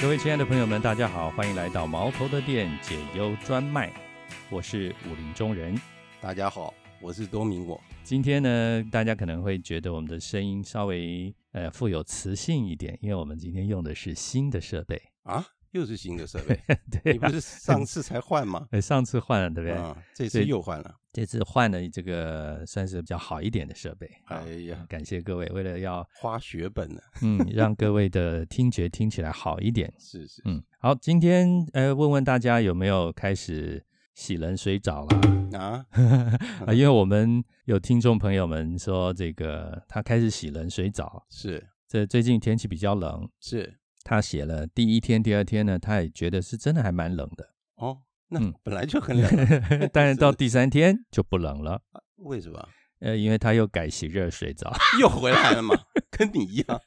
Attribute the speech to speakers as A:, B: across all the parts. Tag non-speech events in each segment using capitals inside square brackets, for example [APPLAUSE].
A: 各位亲爱的朋友们，大家好，欢迎来到毛头的店解忧专卖，我是武林中人。
B: 大家好，我是多明我。
A: 今天呢，大家可能会觉得我们的声音稍微呃富有磁性一点，因为我们今天用的是新的设备。 [LAUGHS]
B: 啊，又是新的设备，
A: 对啊
B: 你不是上次才换吗？
A: 呃，上次换了， [LAUGHS] 对不对？
B: 啊，这
A: 所
B: 次
A: 以
B: 又换了。
A: 这次换了这个算是比较好一点的设备。啊
B: 哎呀，
A: 感谢各位，为了要
B: 花血本呢，
A: 嗯让各位的听觉听起来好一点，
B: 是是，
A: 嗯，好，今天呃问问大家有没有开始洗冷水澡啦？
B: 啊，
A: [LAUGHS] 啊，因为我们有听众朋友们说，这个他开始洗冷水澡。
B: 是
A: 这最近天气比较冷，
B: 是
A: 他写了第一天、第二天呢，他也觉得是真的还蛮冷
B: [LAUGHS]
A: 的。
B: 哦，那
A: 嗯
B: 本来就很凉
A: [LAUGHS]
B: 了，
A: 当然到第三天就不冷了，
B: 为什么
A: 呃，因为他又改洗热水澡。 [LAUGHS]
B: 又回来了嘛？跟你一样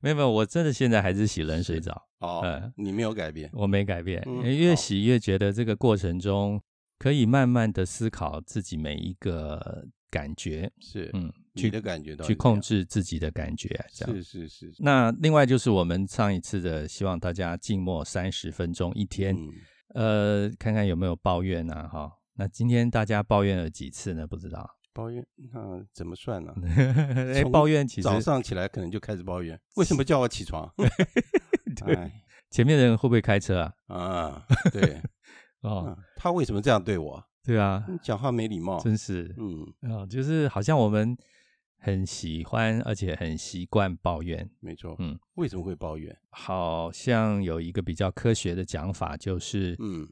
A: 没有，没有，我真的现在还是洗冷水澡，
B: 哦
A: 嗯，
B: 你没有改变，
A: 我没改变。
B: 嗯
A: 越
B: 好
A: 洗越觉得这个过程中可以慢慢的思考自己每一个感觉，
B: 是
A: 嗯，
B: 你
A: 去
B: 的感觉到
A: 去
B: 是这
A: 控
B: 样，
A: 制自己的感觉，啊这样
B: 是是是，是
A: 那另外就是我们上一次的，希望大家静默三十分钟一天，
B: 嗯，
A: 呃，看看有没有抱怨啊，哈。那今天大家抱怨了几次呢？不知道。 [LAUGHS]
B: 抱怨那怎么算呢？
A: 哎，
B: 从
A: 抱怨 [LAUGHS] 其实
B: 早上起来可能就开始抱怨，为什么叫我
A: [LAUGHS]
B: 起床？哎
A: 前面的人会不会开车啊？
B: 啊，对，
A: 哦，
B: 啊他为什么这样对我？
A: 对啊，
B: 你讲话没礼貌。
A: 真是
B: 嗯，
A: 啊，就是好像我们很喜欢，而且很习惯抱怨。
B: 没错。
A: 嗯，
B: 为什么会抱怨？
A: 好像有一个比较科学的讲法，就是
B: 嗯，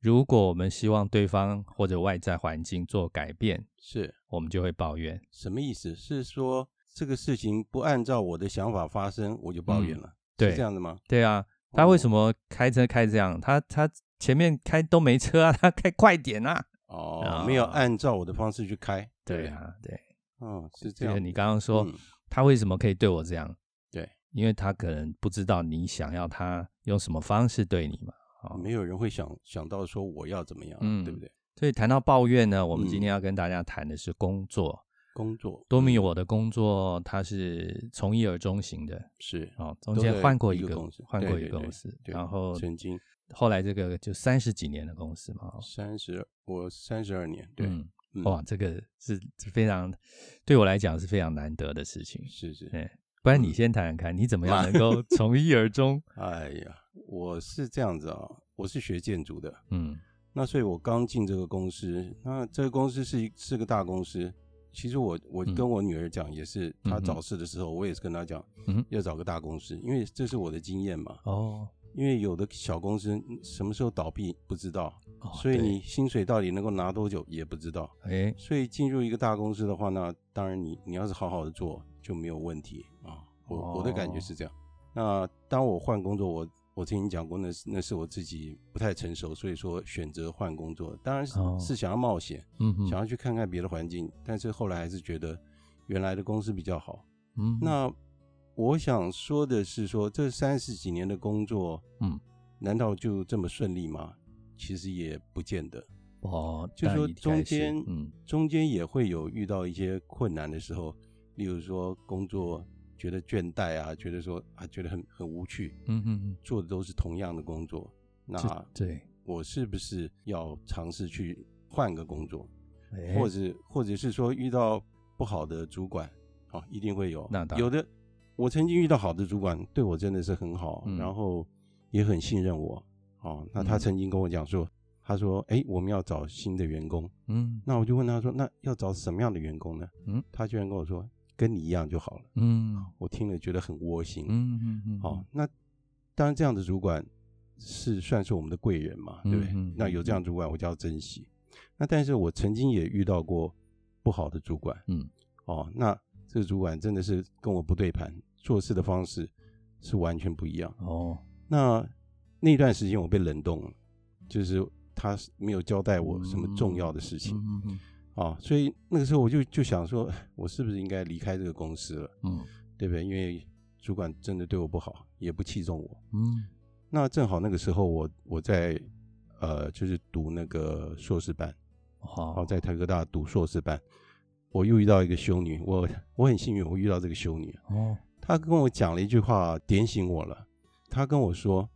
A: 如果我们希望对方或者外在环境做改变，
B: 是
A: 我们就会抱怨。
B: 什么意思？是说这个事情不按照我的想法发生，我就抱怨了，
A: 嗯对，
B: 是这样的吗？
A: 对啊，他为什
B: 么？
A: 么开车开这样？他他前面开都没车啊，他开快点啊！
B: 哦
A: 啊，
B: 没有按照我的方式去开。
A: 对
B: 不
A: 啊，对，
B: 对，哦，是
A: 这
B: 这
A: 个
B: 样。
A: 你刚刚说、
B: 嗯
A: 他为什么可以对我这样？
B: 对，
A: 因为他可能不知道你想要他用什么方式对你嘛。哦
B: 没有人会想想到说我要怎么样，
A: 嗯
B: 对不对？
A: 所以谈到抱怨呢，我们
B: 嗯嗯
A: 今天要跟大家谈的是工作。
B: 工作
A: 多米，我的工作它是从一而终型的
B: 是
A: 哦，中
B: 都
A: 间
B: 在
A: 换过
B: 一个
A: 个
B: 公司
A: 换
B: 对
A: 过一
B: 对
A: 个公
B: 对
A: 司，
B: 对
A: 然后
B: 曾经
A: 后来这个就三十几年的公司嘛，哦
B: 三十，我三十二年，对，
A: 嗯
B: 嗯
A: 哇，，这个是是非常对我来讲是非常难得的事情。
B: 是是，
A: 对，不然你
B: 嗯
A: 先谈谈看，你怎么样能够
B: [LAUGHS]
A: 从一而终？
B: 哎呀，我是这样子啊、我是学建筑的，
A: 嗯
B: 那所以我刚进这个公司，那这个公司是一是个大公司。其实我我
A: 嗯
B: 跟我女儿讲，也是她
A: 嗯哼
B: 找事的时候，我也是跟她讲
A: 嗯哼，
B: 要找个大公司，因为这是我的经验嘛。
A: 哦
B: 因为有的小公司嗯什么时候倒闭不知道，
A: 哦，
B: 所以
A: 对
B: 你薪水到底能够拿多久也不知道。
A: 哎
B: 所以进入一个大公司的话，那当然你你要是好好的做就没有问题啊。我、我的
A: 哦
B: 感觉是这样。那当我换工作，我我听你讲过那，是那是我自己不太成熟，所以说选择换工作，当然是,、
A: 哦
B: 是想要冒险，
A: 嗯哼
B: 想要去看看别的环境，但是后来还是觉得原来的公司比较好。
A: 嗯
B: 那我想说的是说这三十几年的工作，
A: 嗯，
B: 难道就这么顺利吗？其实也不见得。
A: 哦，
B: 就
A: 但
B: 说
A: 一开
B: 中
A: 始
B: 间
A: 嗯
B: 中间也会有遇到一些困难的时候，例如说工作觉得倦怠啊，觉得说啊觉得很很无趣，
A: 嗯嗯
B: 做的都是同样的工作，
A: 嗯，
B: 那
A: 这对，
B: 我是不是要尝试去换个工作，
A: 哎
B: 或者或者是说遇到不好的主管，啊，一定会有，
A: 那当然
B: 有的我曾经遇到好的主管，对我真的是很好，
A: 嗯
B: 然后也很信任我，哦，那他
A: 嗯
B: 曾经跟我讲说，他说，哎，我们要找新的员工。
A: 嗯
B: 那我就问他说：“那要找什么样的员工呢？”
A: 嗯
B: 嗯，他居然跟我说：“跟你一样就好了。
A: 嗯”
B: 我听了觉得很窝心。嗯，
A: 嗯嗯嗯，
B: 哦，那当然这样的主管是算是我们的贵人嘛，对不对？
A: 嗯嗯
B: 那有这样的主管，我就要珍惜。那但是我曾经也遇到过不好的主管，
A: 嗯，
B: 哦，那这个主管真的是跟我不对盘，做事的方式是完全不一样。
A: 哦，
B: 那那段时间我被冷冻了，就是他没有交代我什么重要的事情。
A: 嗯嗯
B: 啊，所以那个时候我就就想说，我是不是应该离开这个公司了，
A: 嗯
B: 对不对？因为主管真的对我不好，也不器重我。
A: 嗯
B: 那正好那个时候我我在呃，就是读那个硕士班，
A: 好，
B: 哦，在台科大读硕士班，我又遇到一个修女，我我很幸运，我遇到这个修女，
A: 哦
B: 她跟我讲了一句话，点醒我了。他跟我说，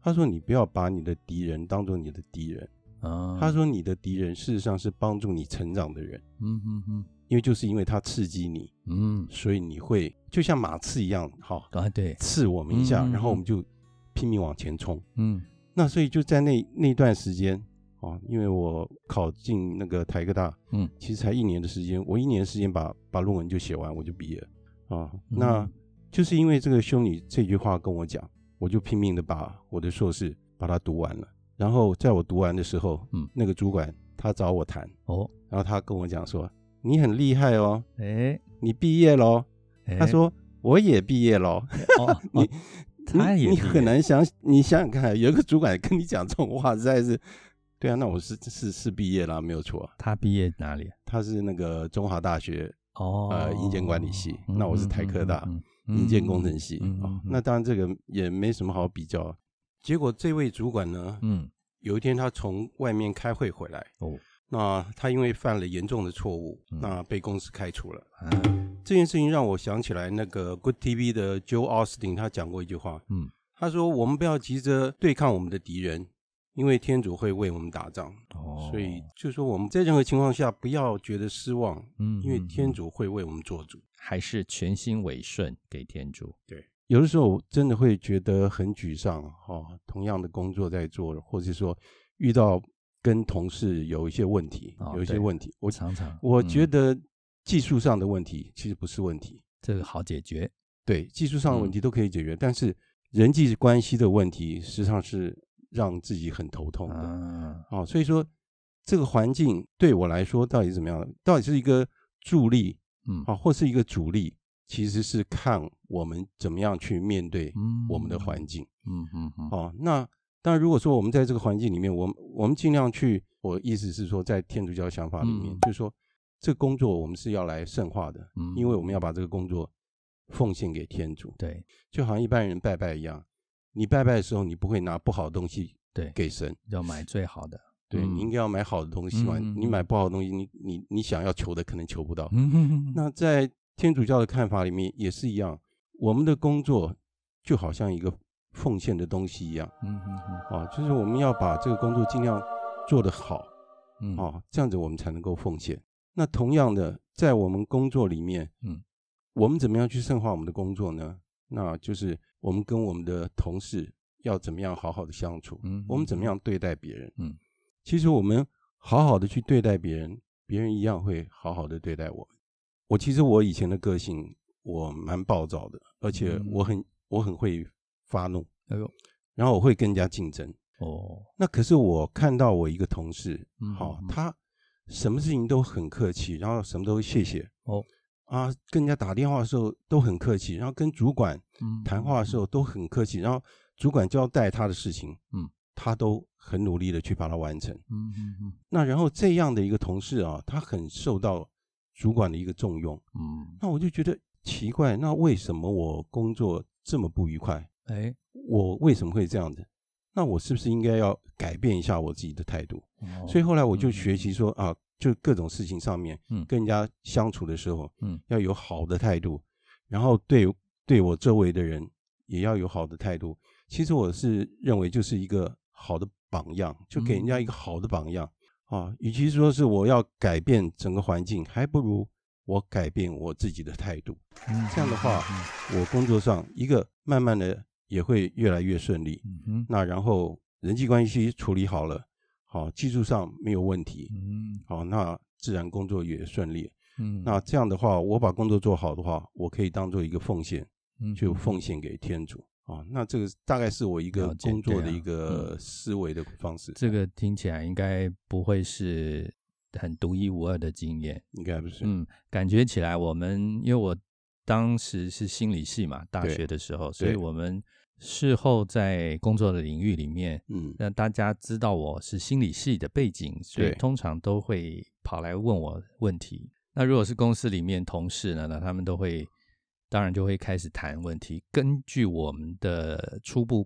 B: 他说你不要把你的敌人当做你的敌人，
A: 啊，
B: 他说你的敌人事实上是帮助你成长的人，
A: 嗯嗯嗯
B: 因为就是因为他刺激你，
A: 嗯，
B: 所以你会就像马刺一样，好
A: 啊对，
B: 刺我们一下，
A: 嗯
B: 然后我们就拼命往前冲。
A: 嗯
B: 那所以就在那那段时间啊，因为我考进那个台科大，
A: 嗯，
B: 其实才一年的时间，我一年的时间把把论文就写完，我就毕业了啊。
A: 嗯
B: 那就是因为这个修女这句话跟我讲，我就拼命的把我的硕士把它读完了。然后在我读完的时候，
A: 嗯
B: 那个主管他找我谈，
A: 哦，
B: 然后他跟我讲说：“你很厉害哦，
A: 哎，
B: 你毕业哦喽。”
A: 哎
B: 他说：“我也毕业喽。”
A: 哦，
B: [LAUGHS] 你
A: 哦 [LAUGHS] 他
B: 你
A: 也
B: 你
A: 毕业
B: 很难想，你想想看，有一个主管跟你讲这种话，实在是，对啊，那我是是是毕业啦，没有错啊。
A: 他毕业哪里？
B: 他是那个中华大学
A: 哦，
B: 呃营建管理系
A: 嗯
B: 那我是台科大
A: 嗯嗯嗯
B: 营建工程系
A: 嗯嗯
B: 啊
A: 嗯嗯
B: 那当然这个也没什么好比较。啊结果这位主管呢，
A: 嗯
B: 有一天他从外面开会回来，
A: 哦
B: 那他因为犯了严重的错误，
A: 嗯
B: 那被公司开除了。
A: 啊
B: 这件事情让我想起来那个 Good TV 的 Joe Austin 他讲过一句话，
A: 嗯
B: 他说：“我们不要急着对抗我们的敌人，因为天主会为我们打仗。
A: 哦，
B: 所以就是说，我们在任何情况下不要觉得失望，
A: 嗯
B: 因为
A: 嗯
B: 天
A: 嗯
B: 主会为我们做主。
A: 还是全心委顺给天主，
B: 有的时候我真的会觉得很沮丧哦，同样的工作在做，或者说遇到跟同事有一些问题，
A: 哦
B: 有一些
A: 对
B: 问题，我
A: 常常
B: 我觉
A: 嗯
B: 得技术上的问题其实不是问题，
A: 这个好解决，
B: 对技术上的
A: 嗯
B: 问题都可以解决，但是人际关系的问题实际上是让自己很头痛的。
A: 啊，
B: 哦，所以说这个环境对我来说到底是怎么样的？到底是一个助力
A: 嗯
B: 啊、哦，或是一个阻力？其实是看我们怎么样去面对
A: 嗯
B: 我们的环境。
A: 嗯嗯嗯，
B: 哦，那当然，如果说我们在这个环境里面，我们我们尽量去，我意思是说，在天主教想法里面，
A: 嗯
B: 就是说这个工作我们是要来圣化的，
A: 嗯
B: 因为我们要把这个工作奉献给天主，
A: 对
B: 就好像一般人拜拜一样，你拜拜的时候，你不会拿不好的东西
A: 对，
B: 给神，
A: 要买最好的，
B: 对你应该要买好的东西嘛，
A: 嗯嗯
B: 你
A: 嗯
B: 买不好的东西，你你你想要求的可能求不到。
A: 嗯，
B: [LAUGHS] 那在天主教的看法里面也是一样，我们的工作就好像一个奉献的东西一样
A: 嗯嗯
B: 啊，就是我们要把这个工作尽量做得好
A: 嗯，
B: 啊，这样子我们才能够奉献。那同样的，在我们工作里面，
A: 嗯，
B: 我们怎么样去深化我们的工作呢？那就是我们跟我们的同事要怎么样好好的相处，
A: 嗯
B: 我们怎么
A: 嗯
B: 样对待别人？
A: 嗯，
B: 其实我们好好的去对待别人，别人一样会好好的对待我们。我其实我以前的个性，我蛮暴躁的，而且
A: 嗯
B: 我很我很会发怒，
A: 哎呦，
B: 然后我会跟人家竞争。
A: 哦，
B: 那可是我看到我一个同事，
A: 嗯
B: 好、
A: 嗯
B: 他什么事情都很客气，然后什么都谢谢
A: 哦
B: 啊，跟人家打电话的时候都很客气，然后跟主管
A: 嗯
B: 谈话的时候都很客气，然后主管交代他的事情，
A: 嗯，
B: 他都很努力的去把它完成。
A: 嗯嗯嗯
B: 那然后这样的一个同事啊，他很受到主管的一个重用，
A: 嗯，
B: 那我就觉得奇怪，那为什么我工作这么不愉快？
A: 哎，
B: 我为什么会这样子？那我是不是应该要改变一下我自己的态度？
A: 哦
B: 所以后来我就
A: 嗯嗯
B: 学习说啊，就各种事情上面，
A: 嗯
B: 跟人家相处的时候，
A: 嗯，
B: 要有好的态度，然后对对我周围的人也要有好的态度。其实我是认为就是一个好的榜样，就给人家
A: 嗯
B: 一个好的榜样、啊。与其说是我要改变整个环境，还不如我改变我自己的态度。
A: 嗯
B: 这样的话
A: 嗯
B: 我工作上一个慢慢的也会越来越顺利。
A: 嗯嗯
B: 那然后人际关系处理好了，好、技术上没有问题，
A: 嗯
B: 好、那自然工作也顺利。
A: 嗯，
B: 那这样的话，我把工作做好的话，我可以当做一个奉献，
A: 嗯
B: 就
A: 嗯
B: 奉献给天主啊、那这个大概是我一个
A: 了解
B: 工作的
A: 对啊
B: 一个思维的方式，
A: 这个听起来应该不会是很独一无二的经验。
B: 应该不是。
A: 嗯，感觉起来我们因为我当时是心理系嘛，大
B: 对
A: 学的时候，所以
B: 对
A: 我们事后在工作的领域里面，
B: 嗯
A: 让大家知道我是心理系的背景，所以
B: 对
A: 通常都会跑来问我问题。那如果是公司里面同事呢，那他们都会，当然就会开始谈问题。根据我们的初步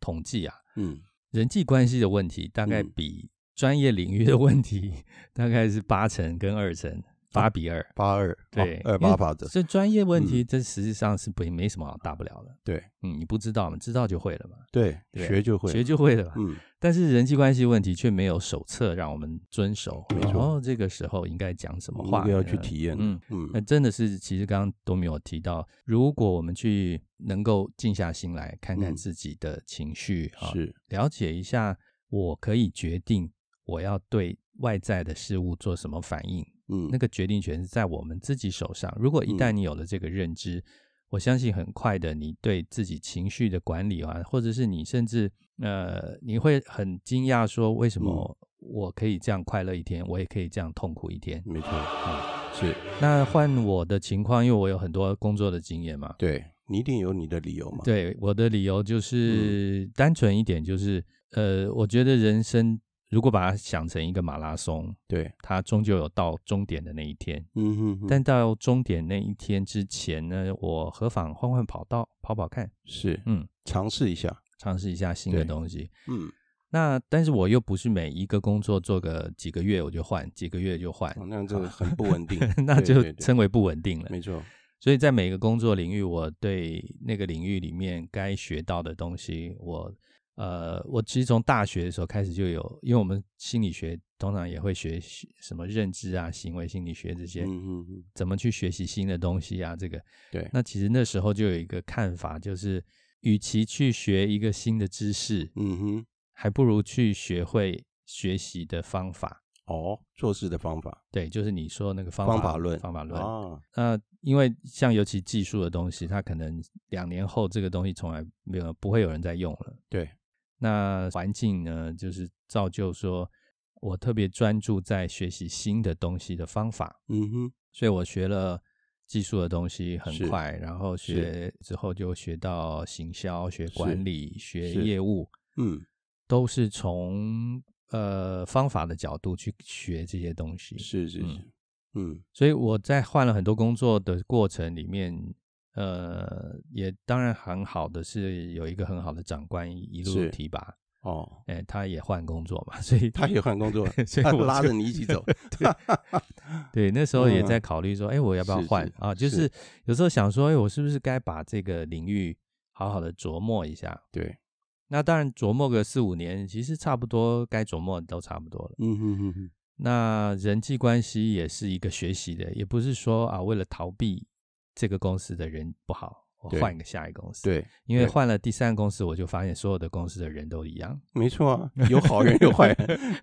A: 统计啊，
B: 嗯，
A: 人际关系的问题大概
B: 嗯
A: 比专业领域的问题大概是八成跟二成八比二，
B: 八二
A: 对
B: 二
A: 因
B: 八嗯
A: 为
B: 法则，
A: 这专业问题，这实际上是不没什么好大不了的。
B: 对
A: 嗯，你不知道嘛，知道就会了嘛，
B: 对，
A: 对
B: 学就会，
A: 学就会了嘛。
B: 嗯，
A: 但是人际关系问题却没有手册让我们遵守，
B: 没错
A: 然后这个时候应该讲什么
B: 你
A: 话，
B: 要去
A: 呃
B: 体验，
A: 嗯。
B: 嗯
A: 那真的是，其实刚刚都没有提到，如果我们去能够静下心来看看
B: 嗯
A: 自己的情绪，啊
B: 是
A: 了解一下，我可以决定我要对外在的事物做什么反应，
B: 嗯
A: 那个决定权是在我们自己手上。如果一旦你有了这个认知，我相信很快的，你对自己情绪的管理啊，或者是你甚至呃，你会很惊讶说，为什么我可以这样快乐一天，我也可以这样痛苦一天？
B: 没错，嗯，是
A: 那换我的情况，因为我有很多工作的经验嘛，
B: 对你一定有你的理由嘛，嗯
A: 对我的理由就是单纯一点，就是呃，我觉得人生如果把它想成一个马拉松，
B: 对，
A: 它终究有到终点的那一天。
B: 嗯哼哼，
A: 但到终点那一天之前呢，我何妨换换跑道，跑跑看，
B: 是
A: 嗯，
B: 尝试一下，
A: 尝试一下新的
B: 对
A: 东西。
B: 嗯，
A: 那但是我又不是每一个工作做个几个月我就换，几个月就换，，
B: 哦那这个很不稳定
A: [LAUGHS] 那
B: 嗯对
A: 就
B: 对对
A: 称为不稳定了。
B: 没错，
A: 所以在每个工作领域，我对那个领域里面该学到的东西，我呃，我其实从大学的时候开始就有，因为我们心理学通常也会学习什么认知啊、行为心理学这些，
B: 嗯哼哼，
A: 怎么去学习新的东西啊，这个。
B: 对，
A: 那其实那时候就有一个看法，就是与其去学一个新的知识，
B: 嗯哼，
A: 还不如去学会学习的方法。
B: 哦，做事的方法，
A: 对，就是你说那个方法
B: 方法论，
A: 方法论。
B: 啊，
A: 那因为像尤其技术的东西，它可能两年后这个东西从来没有不会有人在用了。
B: 对，
A: 那环境呢，就是造就说我特别专注在学习新的东西的方法，
B: 嗯哼，
A: 所以我学了技术的东西很
B: 是
A: 快，然后学之后就学到行销、学管理、学业务，
B: 嗯，
A: 都是从呃方法的角度去学这些东西。
B: 是是
A: 嗯
B: 是，嗯，
A: 所以我在换了很多工作的过程里面，呃，也当然很好的是有一个很好的长官一路
B: 是
A: 提拔，
B: 哦，
A: 哎，他也换工作嘛， [LAUGHS] 所以，
B: 他也换工作
A: [LAUGHS] 所以
B: 他
A: 我
B: 拉
A: 就
B: 着你一
A: [LAUGHS]
B: 起走，
A: 对那时候也在
B: 嗯
A: 考虑说，哎、我要不要
B: 是
A: 换
B: 是
A: 啊？就是
B: 是
A: 有时候想说，哎，我是不是该把这个领域好好的琢磨一下？
B: 对，
A: 那当然琢磨个四五年，其实差不多该琢磨的都差不多了。
B: 嗯哼哼哼，
A: 那人际关系也是一个学习的，也不是说啊，为了逃避这个公司的人不好，我
B: 对
A: 换一个下一个公司。，
B: 对，
A: 因为
B: 对
A: 换了第三个公司，我就发现所有的公司的人都一
B: [LAUGHS]
A: 样，
B: 没
A: [LAUGHS]
B: 错啊，有好人有坏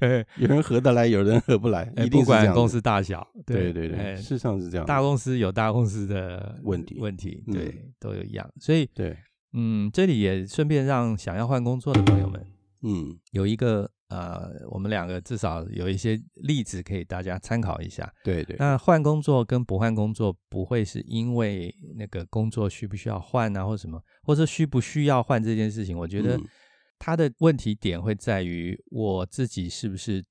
B: 人，有人合得来，有人合不来，
A: 哎
B: 一定
A: 不
B: 是这
A: 管
B: 样
A: 公
B: 子，
A: 司大小。
B: 对对对，
A: 哎
B: 事实上是这样，
A: 大公司有大公司的
B: 问题
A: 问题
B: 嗯
A: 对、都有一样。所以，
B: 对，
A: 嗯，这里也顺便让想要换工作的朋友们
B: 嗯，
A: 有一个呃，我们两个至少有一些例子可以大家参考一下。
B: 对对，
A: 那换工作跟不换工作，不会是因为那个工作需不需要换啊，或什么，或者需不需要换这件事情，我觉得
B: 嗯
A: 它的问题点会在于我自己是不是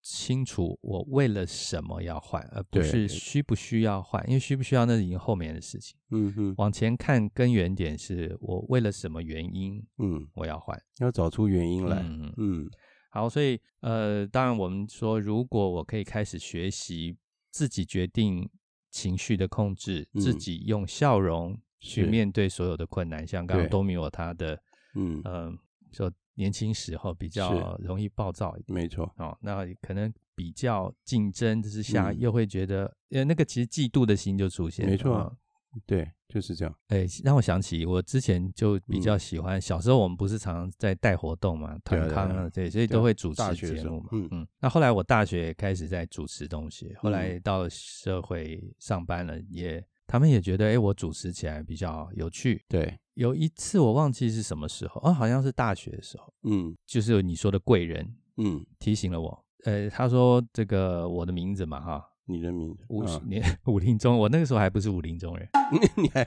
A: 清楚我为了什么要换，而不
B: 对
A: 是需不需要换，因为需不需要那是已经后面的事情。
B: 嗯哼，
A: 往前看根源点是我为了什么原因
B: 嗯，
A: 我要换。
B: 要找出原因来，
A: 嗯，
B: 嗯，
A: 好，所以呃，当然我们说，如果我可以开始学习自己决定情绪的控制，自
B: 嗯
A: 己用笑容去
B: 是
A: 面对所有的困难，像刚刚
B: 对
A: 多米我他的
B: 嗯，
A: 嗯、呃说年轻时候比较容易暴躁一点
B: 没错，
A: 哦，那可能比较竞争之下，
B: 嗯
A: 又会觉得呃那个其实嫉妒的心就出现了，
B: 没错
A: 哦
B: 对，就是这样，
A: 哎，让我想起我之前就比
B: 嗯
A: 较喜欢，小时候我们不是常常在带活动嘛，
B: 对
A: 团
B: 啊对啊
A: 康
B: 对
A: 啊
B: 啊，
A: 对，所以
B: 对啊
A: 都会主
B: 大
A: 持
B: 学的
A: 节
B: 时候
A: 目嘛。
B: 嗯
A: 嗯，那后来我大学开始在主持东西，后来到了社会上班了，也他们也觉得，哎，我主持起来比较有趣。
B: 对，
A: 有一次我忘记是什么时候，哦，好像是大学的时候，
B: 嗯
A: 就是你说的贵人
B: 嗯，
A: 提醒了我，呃，他说这个我的名字嘛，哈，
B: 你的名字，
A: 武
B: 啊
A: 你 [LAUGHS] 武林中，我那个时候还不是武林中人。
B: [LAUGHS] 你
A: [LAUGHS]
B: 还，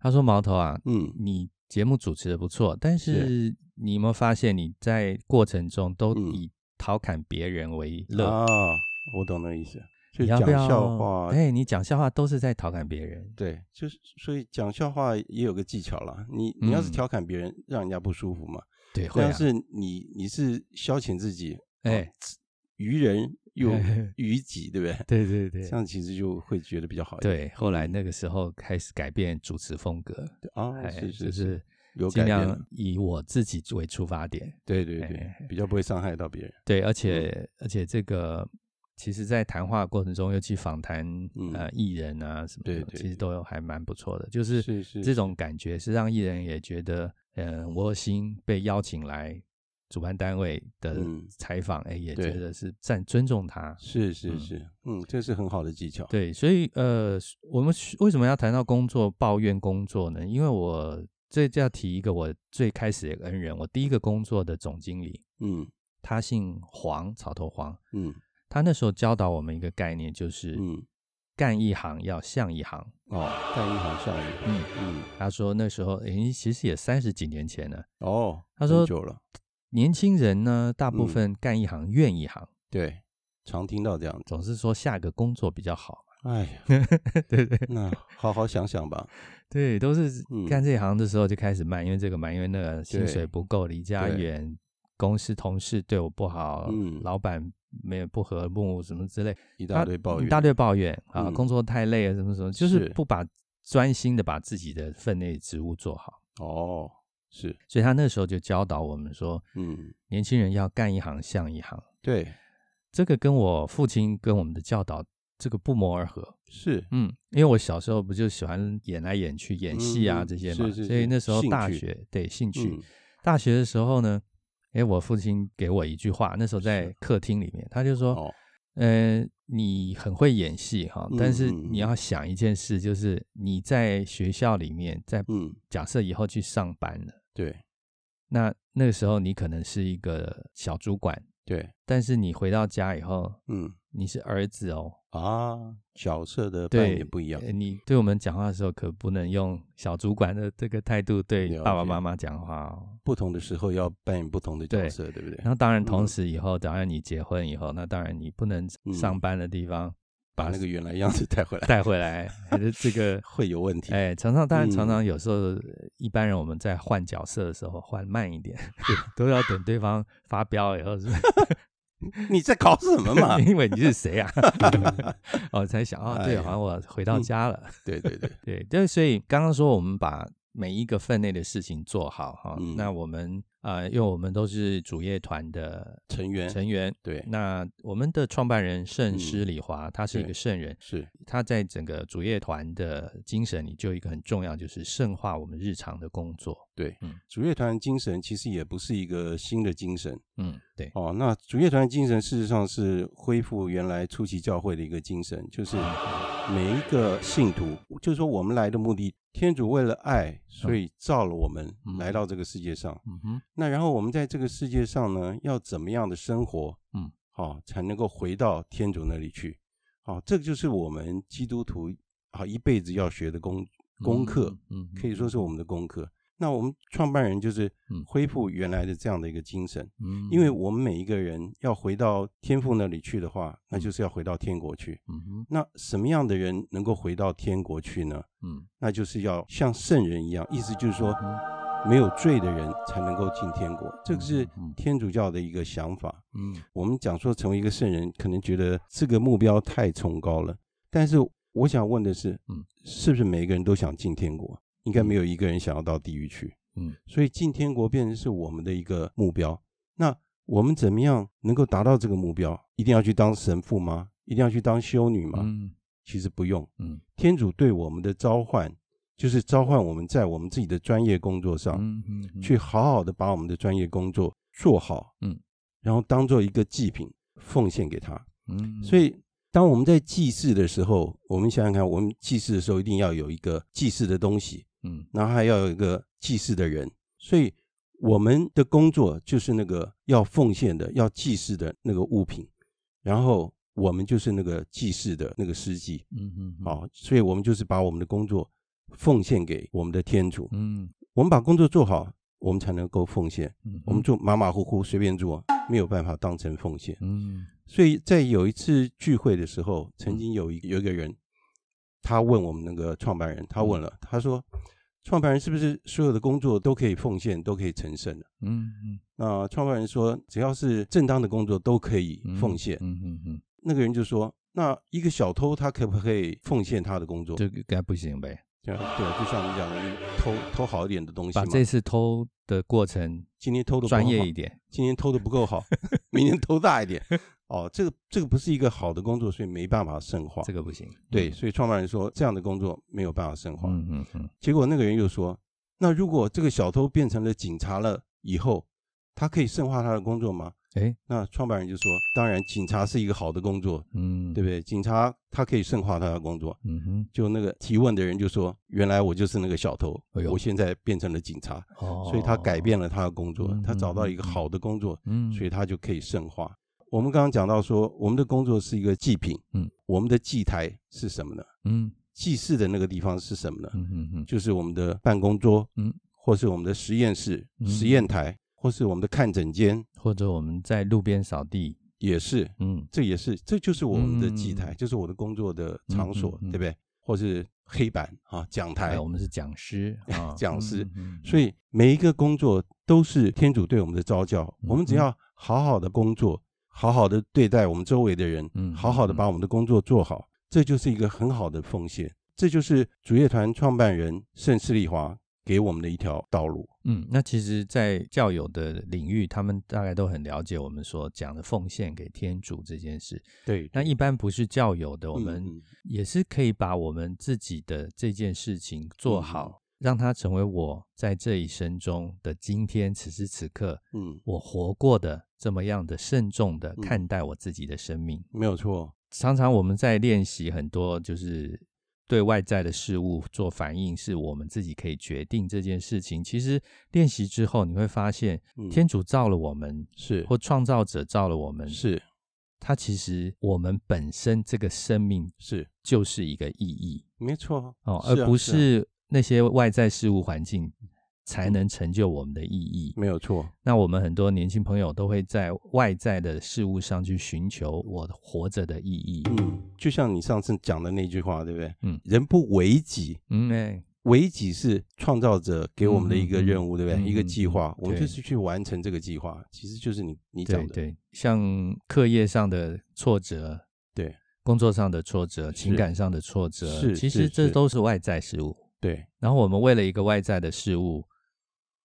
A: 他说毛头啊，
B: 嗯，
A: 你节目主持的不错，但
B: 是
A: 是你有没有发现你在过程中都
B: 嗯
A: 以调侃别人为乐？
B: 啊，我懂那意思，就
A: 你要
B: 讲
A: 不要？
B: 笑话，
A: 哎，你讲笑话都是在调侃别人。
B: 对，就是所以讲笑话也有个技巧啦。你你要是
A: 嗯
B: 调侃别人，让人家不舒服嘛。
A: 对，会
B: 但
A: 啊。
B: 是你你是消遣自己，
A: 哎
B: 哦，于人
A: [LAUGHS]
B: 又于己，对不对？
A: 对对对
B: 这，样其实就会觉得比较好一点。
A: 对。后来那个时候开始改变主持风格，
B: 啊，
A: 哎，
B: 是
A: 就是
B: 是，有
A: 尽
B: 改变了
A: 量，以我自己为出发点。
B: 对对
A: 哎
B: 对，比较不会伤害到别人。
A: 对，而且而且这个，其实，在谈话过程中，尤其访谈
B: 嗯
A: 呃艺人啊什么的
B: 对，对
A: 其实都有还蛮不错的，就是
B: 是是
A: 这种感觉是让艺人也觉得，嗯，我有心被邀请来主办单位的
B: 嗯
A: 采访，哎，也
B: 对
A: 觉得是赞尊重他。
B: 是
A: 嗯
B: 是是，嗯，这是很好的技巧。
A: 对，所以呃，我们为什么要谈到工作抱怨工作呢？因为我这就要提一个我最开始的恩人，我第一个工作的总经理，
B: 嗯
A: 他姓黄，草头黄，
B: 嗯
A: 他那时候教导我们一个概念，就是
B: 嗯，
A: 干一行要像一行。
B: 哦，干一行下一行，
A: 嗯，
B: 嗯，
A: 他说那时候，诶，其实也三十几年前了。
B: 哦，
A: 他
B: 很
A: 说
B: 久了，
A: 年轻人呢，大部
B: 嗯
A: 分干一行怨一行，
B: 对，常听到这样子。
A: 总是说下个工作比较好 [LAUGHS] 嘛。
B: 哎呀，
A: 对对
B: 那好好想想吧。
A: 对，都是
B: 嗯
A: 干这一行的时候就开始埋怨这个埋怨那个，薪水
B: 对
A: 不够，离家
B: 对
A: 远，公司同事对我不好，
B: 嗯
A: 老板没有不和睦什么之类，
B: 一
A: 他
B: 大堆抱怨，
A: 一大堆抱怨啊，
B: 嗯
A: 工作太累了，什么什么，就是
B: 是
A: 不把专心的把自己的分内职务做好。
B: 哦，是，
A: 所以他那时候就教导我们说，
B: 嗯，
A: 年轻人要干一行像一行。
B: 对，
A: 这个跟我父亲跟我们的教导这个不谋而合。
B: 是
A: 嗯，因为我小时候不就喜欢演来演去、演戏啊
B: 嗯
A: 这些嘛，
B: 是是
A: 所以
B: 是
A: 那时候
B: 兴
A: 大
B: 趣
A: 学对兴趣，
B: 嗯
A: 大学的时候呢，诶，我父亲给我一句话，那时候在客厅里面，他就说，
B: 哦，
A: 呃，你很会演戏哈，但是
B: 嗯嗯
A: 你要想一件事，就是你在学校里面，在
B: 嗯，
A: 假设以后去上班了。
B: 对
A: 那那个时候你可能是一个小主管，
B: 对，
A: 但是你回到家以后，
B: 嗯
A: 你是儿子哦。
B: 啊，角色的扮
A: 对，
B: 演不一样，
A: 呃你对我们讲话的时候，可不能用小主管的这个态度对
B: 了解
A: 爸爸妈妈讲话哦。
B: 不同的时候要扮演不同的
A: 对
B: 角色，对不
A: 然
B: 对？
A: 后当然，同时以后，当然你结婚以后，那当然你不能
B: 嗯
A: 上班的地方
B: 把那个原来样子
A: [LAUGHS]
B: 带回来，
A: 带回来，还是这
B: [LAUGHS]
A: 个。
B: 会有问题。
A: 哎，常常当然
B: 嗯
A: 常常有时候，呃一般人我们在换角色的时候换慢一点， [LAUGHS] 都要等对方发飙以后是吧？
B: 你在搞什么嘛
A: [LAUGHS] 因为你是谁
B: [LAUGHS]
A: 啊？哦，才想哦，对，
B: 哎呀
A: 好像我回到家了。
B: 对对对，
A: 对，对，所以刚刚说我们把每一个分内的事情做好哈、
B: 嗯
A: 那我们呃，因为我们都是主业团的
B: 成员
A: 成员，
B: 对
A: 那我们的创办人圣
B: 哎嗯
A: 施礼华，他是一个
B: 对
A: 圣人，
B: 是
A: 他在整个主业团的精神里就有一个很重要，就是圣化我们日常的工作。
B: 对
A: 嗯
B: 主乐团精神其实也不是一个新的精神
A: 嗯，对，
B: 哦。那主乐团精神事实上是恢复原来初期教会的一个精神，就是每一个信徒，就是说我们来的目的，天主为了爱，所以造了我们
A: 嗯
B: 来到这个世界上。
A: 嗯哼，
B: 那然后我们在这个世界上呢，要怎么样的生活，
A: 嗯，
B: 好、才能够回到天主那里去？好、这个就是我们基督徒啊一辈子要学的功功课，
A: 嗯，嗯，
B: 可以说是我们的功课。那我们创办人就是
A: 嗯
B: 恢复原来的这样的一个精神，
A: 嗯，
B: 因为我们每一个人要回到天父那里去的话，那
A: 嗯
B: 就是要回到天国去。
A: 嗯哼，
B: 那什么样的人能够回到天国去呢？
A: 嗯
B: 那就是要像圣人一样，意思就是说，
A: 嗯
B: 没有罪的人才能够进天国，这个是
A: 嗯嗯
B: 天主教的一个想法。
A: 嗯
B: 我们讲说成为一个圣人，可能觉得这个目标太崇高了，但是我想问的是，
A: 嗯，
B: 是不是每一个人都想进天国？应该没有一个人想要到地狱去。
A: 嗯，
B: 所以进天国变成是我们的一个目标。那我们怎么样能够达到这个目标？一定要去当神父吗？一定要去当修女吗？
A: 嗯
B: 其实不用，
A: 嗯
B: 天主对我们的召唤，就是召唤我们在我们自己的专业工作上，
A: 嗯嗯，
B: 去好好的把我们的专业工作做好，
A: 嗯，
B: 然后当做一个祭品奉献给他。
A: 嗯，
B: 所以，当我们在祭祀的时候，我们想想看，我们祭祀的时候一定要有一个祭祀的东西，
A: 嗯
B: 然后还要有一个祭祀的人。所以，我们的工作就是那个要奉献的、要祭祀的那个物品，然后我们就是那个祭祀的那个施祭。
A: 嗯嗯，，
B: 好，所以我们就是把我们的工作奉献给我们的天主。
A: 嗯
B: 我们把工作做好，我们才能够奉献。
A: 嗯，
B: 我们做马马虎虎、随便做，没有办法当成奉献。
A: 嗯
B: 所以在有一次聚会的时候，曾经有一有一个人，他问我们那个创办人，他
A: 嗯
B: 问了，他说：“创办人是不是所有的工作都可以奉献，都可以成圣的
A: 嗯嗯，？”
B: 那创办人说：“只要是正当的工作都可以奉献。
A: 嗯嗯嗯
B: 那个人就说：“那一个小偷他可不可以奉献他的工作？”
A: 这个该不行呗，
B: 对啊对啊，就像你讲的，你偷偷好一点的东西
A: 把
B: 嘛。
A: 这次偷的过程
B: 今天偷的
A: 专业一点，
B: 今天偷的不
A: [LAUGHS]
B: 够好，明天偷大一点。哦，这个这个不是一个好的工作，所以没办法深化。
A: 这个嗯不行。
B: 对，所以创办人说这样的工作没有办法深化。
A: 嗯嗯嗯，
B: 结果那个人又说：“那如果这个小偷变成了警察了以后，他可以深化他的工作吗
A: 哎，？”
B: 那创办人就说：“当然，警察是一个好的工作，
A: 嗯，
B: 对不对？警察他可以深化他的工作。”
A: 嗯哼，
B: 就那个提问的人就说：“原来我就是那个小偷，
A: 哎呦
B: 我现在变成了警察，
A: 哦，
B: 所以他改，变了他的工作
A: 嗯，
B: 他找到一个
A: 嗯嗯
B: 好的工作，
A: 嗯，
B: 所以他就可以深化。我们刚刚讲到说，我们的工作是一个祭品，
A: 嗯，
B: 我们的祭台是什么呢？
A: 嗯
B: 祭祀的那个地方是什么呢？
A: 嗯嗯嗯，
B: 就是我们的办公桌，
A: 嗯，
B: 或是我们的实验室、
A: 嗯
B: 实验台，或是我们的看诊间，
A: 或者我们在路边扫地，
B: 也是，
A: 嗯，
B: 这也是，这就是我们的祭台，
A: 嗯
B: 就是我的工作的场所，
A: 嗯嗯嗯
B: 对不对？或是黑板啊，讲台
A: 哎，我们是讲师啊，
B: 讲师
A: 嗯，
B: 所
A: 以
B: 以每一个工作都是天主对我们的召叫，
A: 嗯
B: 我们只要好好的工作，好好的对待我们周围的人，
A: 嗯
B: 好好的把我们的工作做好，这就是一个很好的奉献，这就是主业团创办人盛世丽华给我们的一条道路。
A: 嗯，那其实，在教友的领域，他们大概都很了解我们所讲的奉献给天主这件事。
B: 对，
A: 那一般不是教友的，我们
B: 嗯嗯
A: 也是可以把我们自己的这件事情
B: 嗯
A: 做好，让它成为我在这一生中的今天此时此刻
B: 嗯，
A: 我活过的这么样的慎重的
B: 嗯
A: 看待我自己的生命。
B: 没有错，
A: 常常我们在练习很多就是对外在的事物做反应，是我们自己可以决定这件事情。其实练习之后，你会发现
B: 嗯
A: 天主造了我们，
B: 是
A: 或创造者造了我们，
B: 是
A: 它其实我们本身这个生命
B: 是，
A: 就是一个意义
B: 没错
A: 哦，
B: 是啊
A: 而不
B: 啊嗯
A: 是那些外在事物环境才能成就我们的意义。
B: 没有错，
A: 那我们很多年轻朋友都会在外在的事物上去寻求我活着的意义。
B: 嗯，就像你上次讲的那句话，对不对？
A: 嗯
B: 人不为己，
A: 嗯，哎、
B: 为己是创造者给我们的一个任务，
A: 嗯
B: 对不对？
A: 嗯
B: 一个计划，
A: 嗯
B: 我们
A: 对
B: 就是去完成这个计划，其实就是你你讲
A: 对
B: 的，
A: 对，像课业上的挫折，
B: 对，
A: 工作上的挫折，情
B: 是
A: 感上的挫折，
B: 是
A: 其
B: 是
A: 实这
B: 是
A: 都是外在事物。
B: 对
A: 然后我们为了一个外在的事物，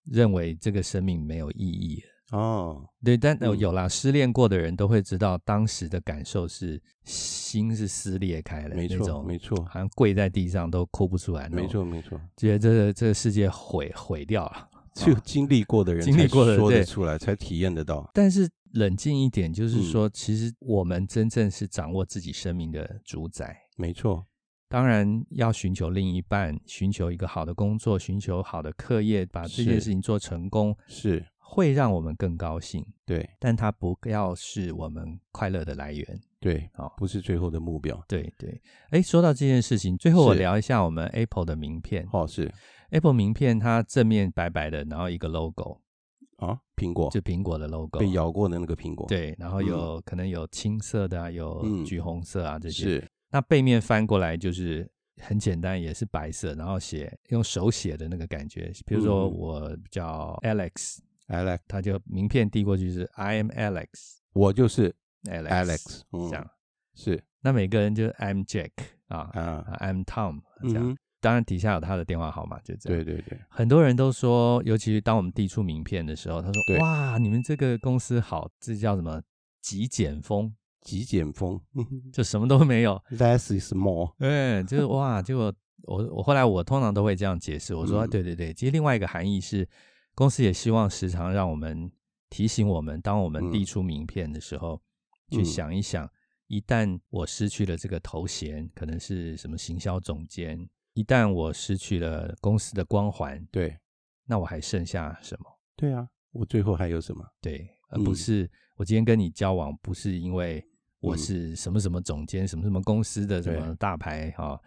A: 认为这个生命没有意义了。
B: 哦，
A: 对，但、呃
B: 嗯
A: 有啦，失恋过的人都会知道，当时的感受是心是撕裂开了，
B: 没
A: 那
B: 错
A: 种
B: 没错
A: 好像哦跪在地上都哭不出来，
B: 没，错没错，
A: 觉得这个这个世界毁毁掉了。
B: 只有经历过的人
A: 经历过的
B: 才
A: 人
B: 说得
A: 对
B: 出来，才体验得到，
A: 但是冷静一点，就是
B: 嗯
A: 说，其实我们真正是掌握自己生命的主宰。
B: 没错，
A: 当然要寻求另一半，寻求一个好的工作，寻求好的课业，把这件
B: 是
A: 事情做成功，
B: 是
A: 会让我们更高兴。
B: 对
A: 但它不要是我们快乐的来源。
B: 对，
A: 好
B: 不是最后的目标，
A: 对对，哎，说到这件事情，最后我
B: 是
A: 聊一下我们 Apple 的名片。
B: 哦是
A: Apple 名片它正面白白的，然后一个 logo，
B: 啊，苹果
A: 就苹果的 logo。
B: 被咬过的那个苹果，，
A: 对，然后
B: 哎嗯
A: 有、可能有青色的啊，有
B: 嗯
A: 橘红色啊、这些。
B: 是
A: 那背面翻过来就是很简单，也是白色，然后写用手写的那个感觉。比如说
B: 嗯
A: 我叫 Alex，、
B: Alex，
A: 他就名片递过去是 I am Alex
B: 我就是
A: Alex
B: Alex，嗯
A: 这样。
B: 是
A: 那每个人就是 I'm Jack 啊
B: 啊，
A: 啊，I'm Tom 这样。
B: 嗯哼，
A: 当然底下有他的电话号码，就这样。
B: 对对对，
A: 很多人都说，尤其是当我们递出名片的时候，他说
B: 对：“
A: 哇，你们这个公司好，这叫什么极简风，
B: 极简
A: [LAUGHS]
B: 风嗯哼
A: 就什么都没有。”
B: ，less is more，
A: 哎，就是
B: [LAUGHS]
A: 哇，结果我我后来我通常都会这样解释，我说、
B: 嗯
A: 对对对，其实另外一个含义是，公司也希望时常让我们提醒我们，当我们
B: 嗯
A: 递出名片的时候，去
B: 嗯
A: 想一想，一旦我失去了这个头衔，可能是什么行销总监，一旦我失去了公司的光环，
B: 对
A: 那我还剩下什么？
B: 对啊，我最后还有什么？
A: 对，而不
B: 嗯
A: 是我今天跟你交往，不是因为我
B: 嗯
A: 是什么什么总监、什么什么公司的什
B: 对
A: 么大牌哈、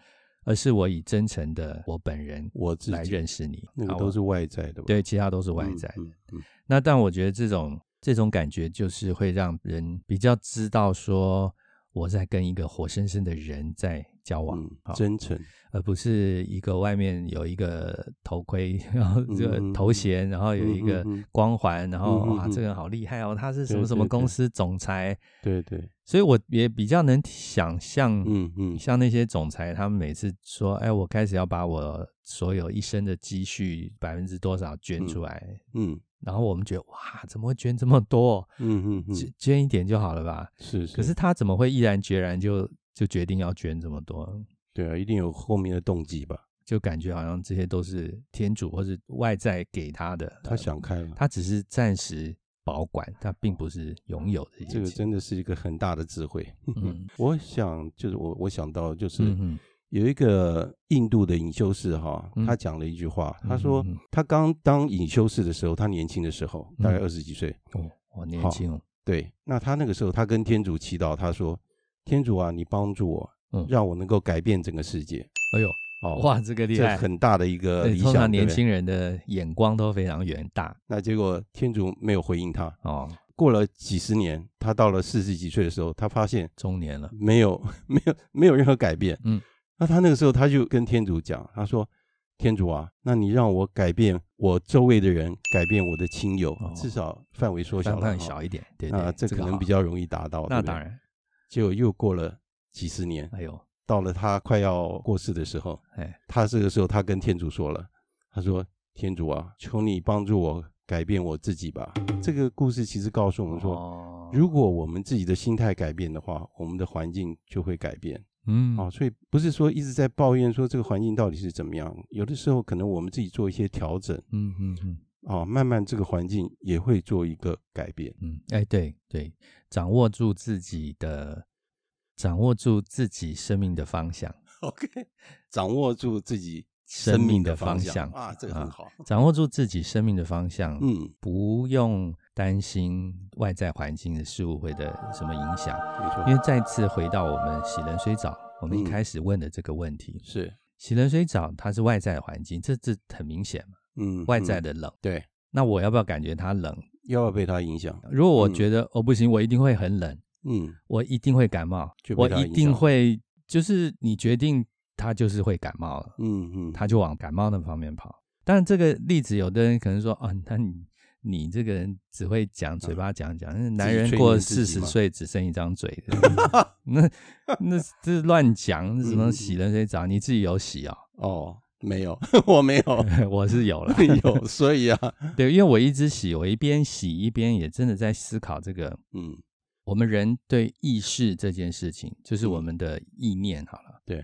A: 而是我以真诚的我本人
B: 我自
A: 来
B: 己
A: 认识你，
B: 那个
A: 啊
B: 都
A: 我
B: 是外在的吧？
A: 对，其他都是外
B: 嗯
A: 在的。
B: 嗯嗯
A: 那但我觉得这种这种感觉就是会让人比较知道说我在跟一个活生生的人在交往，
B: 嗯
A: 好，
B: 真诚，
A: 而不是一个外面有一个头盔，然后这个
B: 嗯嗯
A: 头衔，然后有一个
B: 嗯嗯嗯
A: 光环，然后
B: 嗯嗯
A: 哇，
B: 嗯
A: 这个人好厉害哦，他是什么
B: 对
A: 什么
B: 对
A: 公
B: 对
A: 司总裁，
B: 对对，
A: 所以我也比较能想象，
B: 嗯嗯，
A: 像那些总裁，他们每次说，哎，我开始要把我所有一生的积蓄百分之多少捐出来，
B: 嗯
A: 然后我们觉得哇，怎么会捐这么多？
B: 嗯嗯嗯，
A: 捐捐一点就好了吧？
B: 是是，
A: 可是他怎么会毅然决然就就决定要捐这么多？
B: 对啊，一定有后面的动机吧？
A: 就感觉好像这些都是天主或是外在给他的，
B: 他想开了，
A: 他只是暂时保管，他并不是拥有这
B: 这
A: 些
B: 个
A: 钱。
B: 真的是一个很大的智慧。 [LAUGHS]
A: 嗯
B: 我想就是我我想到就是
A: 嗯嗯
B: 有一个印度的隐修士哈
A: 嗯，
B: 他讲了一句话，他
A: 嗯
B: 说
A: 嗯嗯
B: 他刚当隐修士的时候，他年轻的时候大概
A: 嗯
B: 二十几岁，
A: 哦，我年
B: 好
A: 轻哦，
B: 对，那他那个时候他跟天主祈祷，他说：“天主啊，你帮助我
A: 嗯，
B: 让我能够改变整个世界。
A: 哎呦，”
B: 哦，
A: 哇，这个厉
B: 这
A: 害！
B: 很大的一个
A: 对，
B: 理
A: 通
B: 想，
A: 常
B: 对
A: 年
B: 不对？
A: 轻人的眼光都非常远大
B: 那结果天主没有回应他。
A: 哦，
B: 过了几十年，他到了四十几岁的时候，他发现
A: 中年了，
B: 没有没有没有任何改变。
A: 嗯，
B: 那他那个时候他就跟天主讲，他说：“天主啊，那你让我改变我周围的人，改变我的亲友，
A: 哦
B: 至少范围缩小
A: 范范
B: 了，哈
A: 小一点，对对，
B: 那这
A: 个
B: 可能
A: 好
B: 比较容易达到。
A: 那
B: 对不对
A: 当，然，
B: 结果又过了几十年，
A: 哎呦，
B: 到了他快要过世的时候，
A: 哎，
B: 他这个时候他跟天主说了，他说：“天主啊，求你帮助我改变我自己吧。”这个故事其实告诉我们说，
A: 说
B: 如果我们自己的心态改变的话，我们的环境就会改变。
A: 嗯
B: 哦，所以不是说一直在抱怨说这个环境到底是怎么样，有的时候可能我们自己做一些调整，
A: 嗯嗯嗯
B: 哦，慢慢这个环境也会做一个改变。
A: 嗯，哎，对对，掌握住自己的，掌握住自己生命的方向，
B: OK，掌握住自己
A: 生命的
B: 方
A: 向
B: 啊，这个很，好。
A: 掌握住自己生命的方向，
B: 嗯，
A: 不用担心外在环境的事物会的什么影响。
B: 没错，
A: 因为再次回到我们洗冷水澡，我们一
B: 嗯
A: 开始问的这个问题，
B: 是
A: 洗冷水澡它是外在的环境，这这很明显嘛，
B: 嗯
A: 外在
B: 嗯
A: 的冷。
B: 对，
A: 那我要不要感觉它冷？
B: 要不要被它影响？
A: 如果我
B: 嗯
A: 觉得、哦不行，我一定会很冷，
B: 嗯，
A: 我一定会感冒
B: 就，被
A: 我
B: 它
A: 一
B: 影
A: 定
B: 响
A: 会，就是你决定它就是会感冒了，
B: 嗯嗯，
A: 它就往感冒那方面跑。当然，这个例子有的人可能说啊，那你你这个人只会讲嘴巴讲讲，那男
B: 己
A: 人
B: 催
A: 过
B: 眠
A: 四
B: 嗯自己
A: 十
B: 嘛
A: 岁只剩一张嘴，
B: [LAUGHS]
A: 那那这乱讲，那什么
B: 嗯
A: 洗冷水澡，你自己有洗啊、
B: 哦，没有， [LAUGHS] 我没有，
A: [LAUGHS] 我是有了，
B: 有，所以啊，
A: 对，因为我一直洗，我一边洗一边也真的在思考这个
B: 嗯，
A: 我们人对意识这件事情，就是我
B: 嗯
A: 们的意念好了，
B: 对，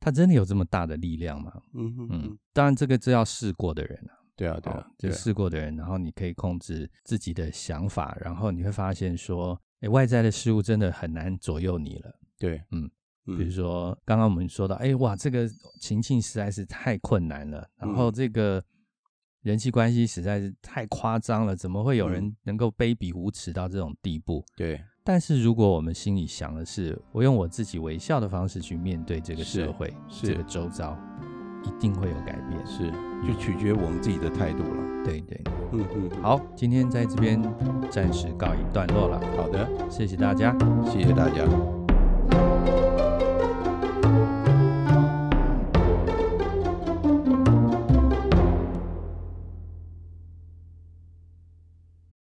A: 它真的有这么大的力量吗？
B: 嗯哼
A: 嗯
B: 嗯，，
A: 当然这个就要试过的人啊，
B: 对啊，对啊
A: 哦，
B: 对
A: 就
B: 啊
A: 试过的人，然后你可以控制自己的想法，然后你会发现说，哎，外在的事物真的很难左右你了。
B: 对，
A: 嗯
B: 嗯，
A: 比如说，刚刚我们说到，哎哇，这个情境实在是太困难了，然后
B: 嗯
A: 这个人际关系实在是太夸张了，怎么会
B: 嗯
A: 有人能够卑鄙无耻到这种地步？
B: 对，
A: 但是如果我们心里想的是，我用我自己微笑的方式去面对这个社会，
B: 是
A: 这个周遭，一定会有改变。
B: 是，就取决我们自己的态度了。
A: 对对，
B: 嗯嗯，
A: 好，今天在这边暂时告一段落了，
B: 好的，
A: 谢谢大家。
B: 谢谢大家。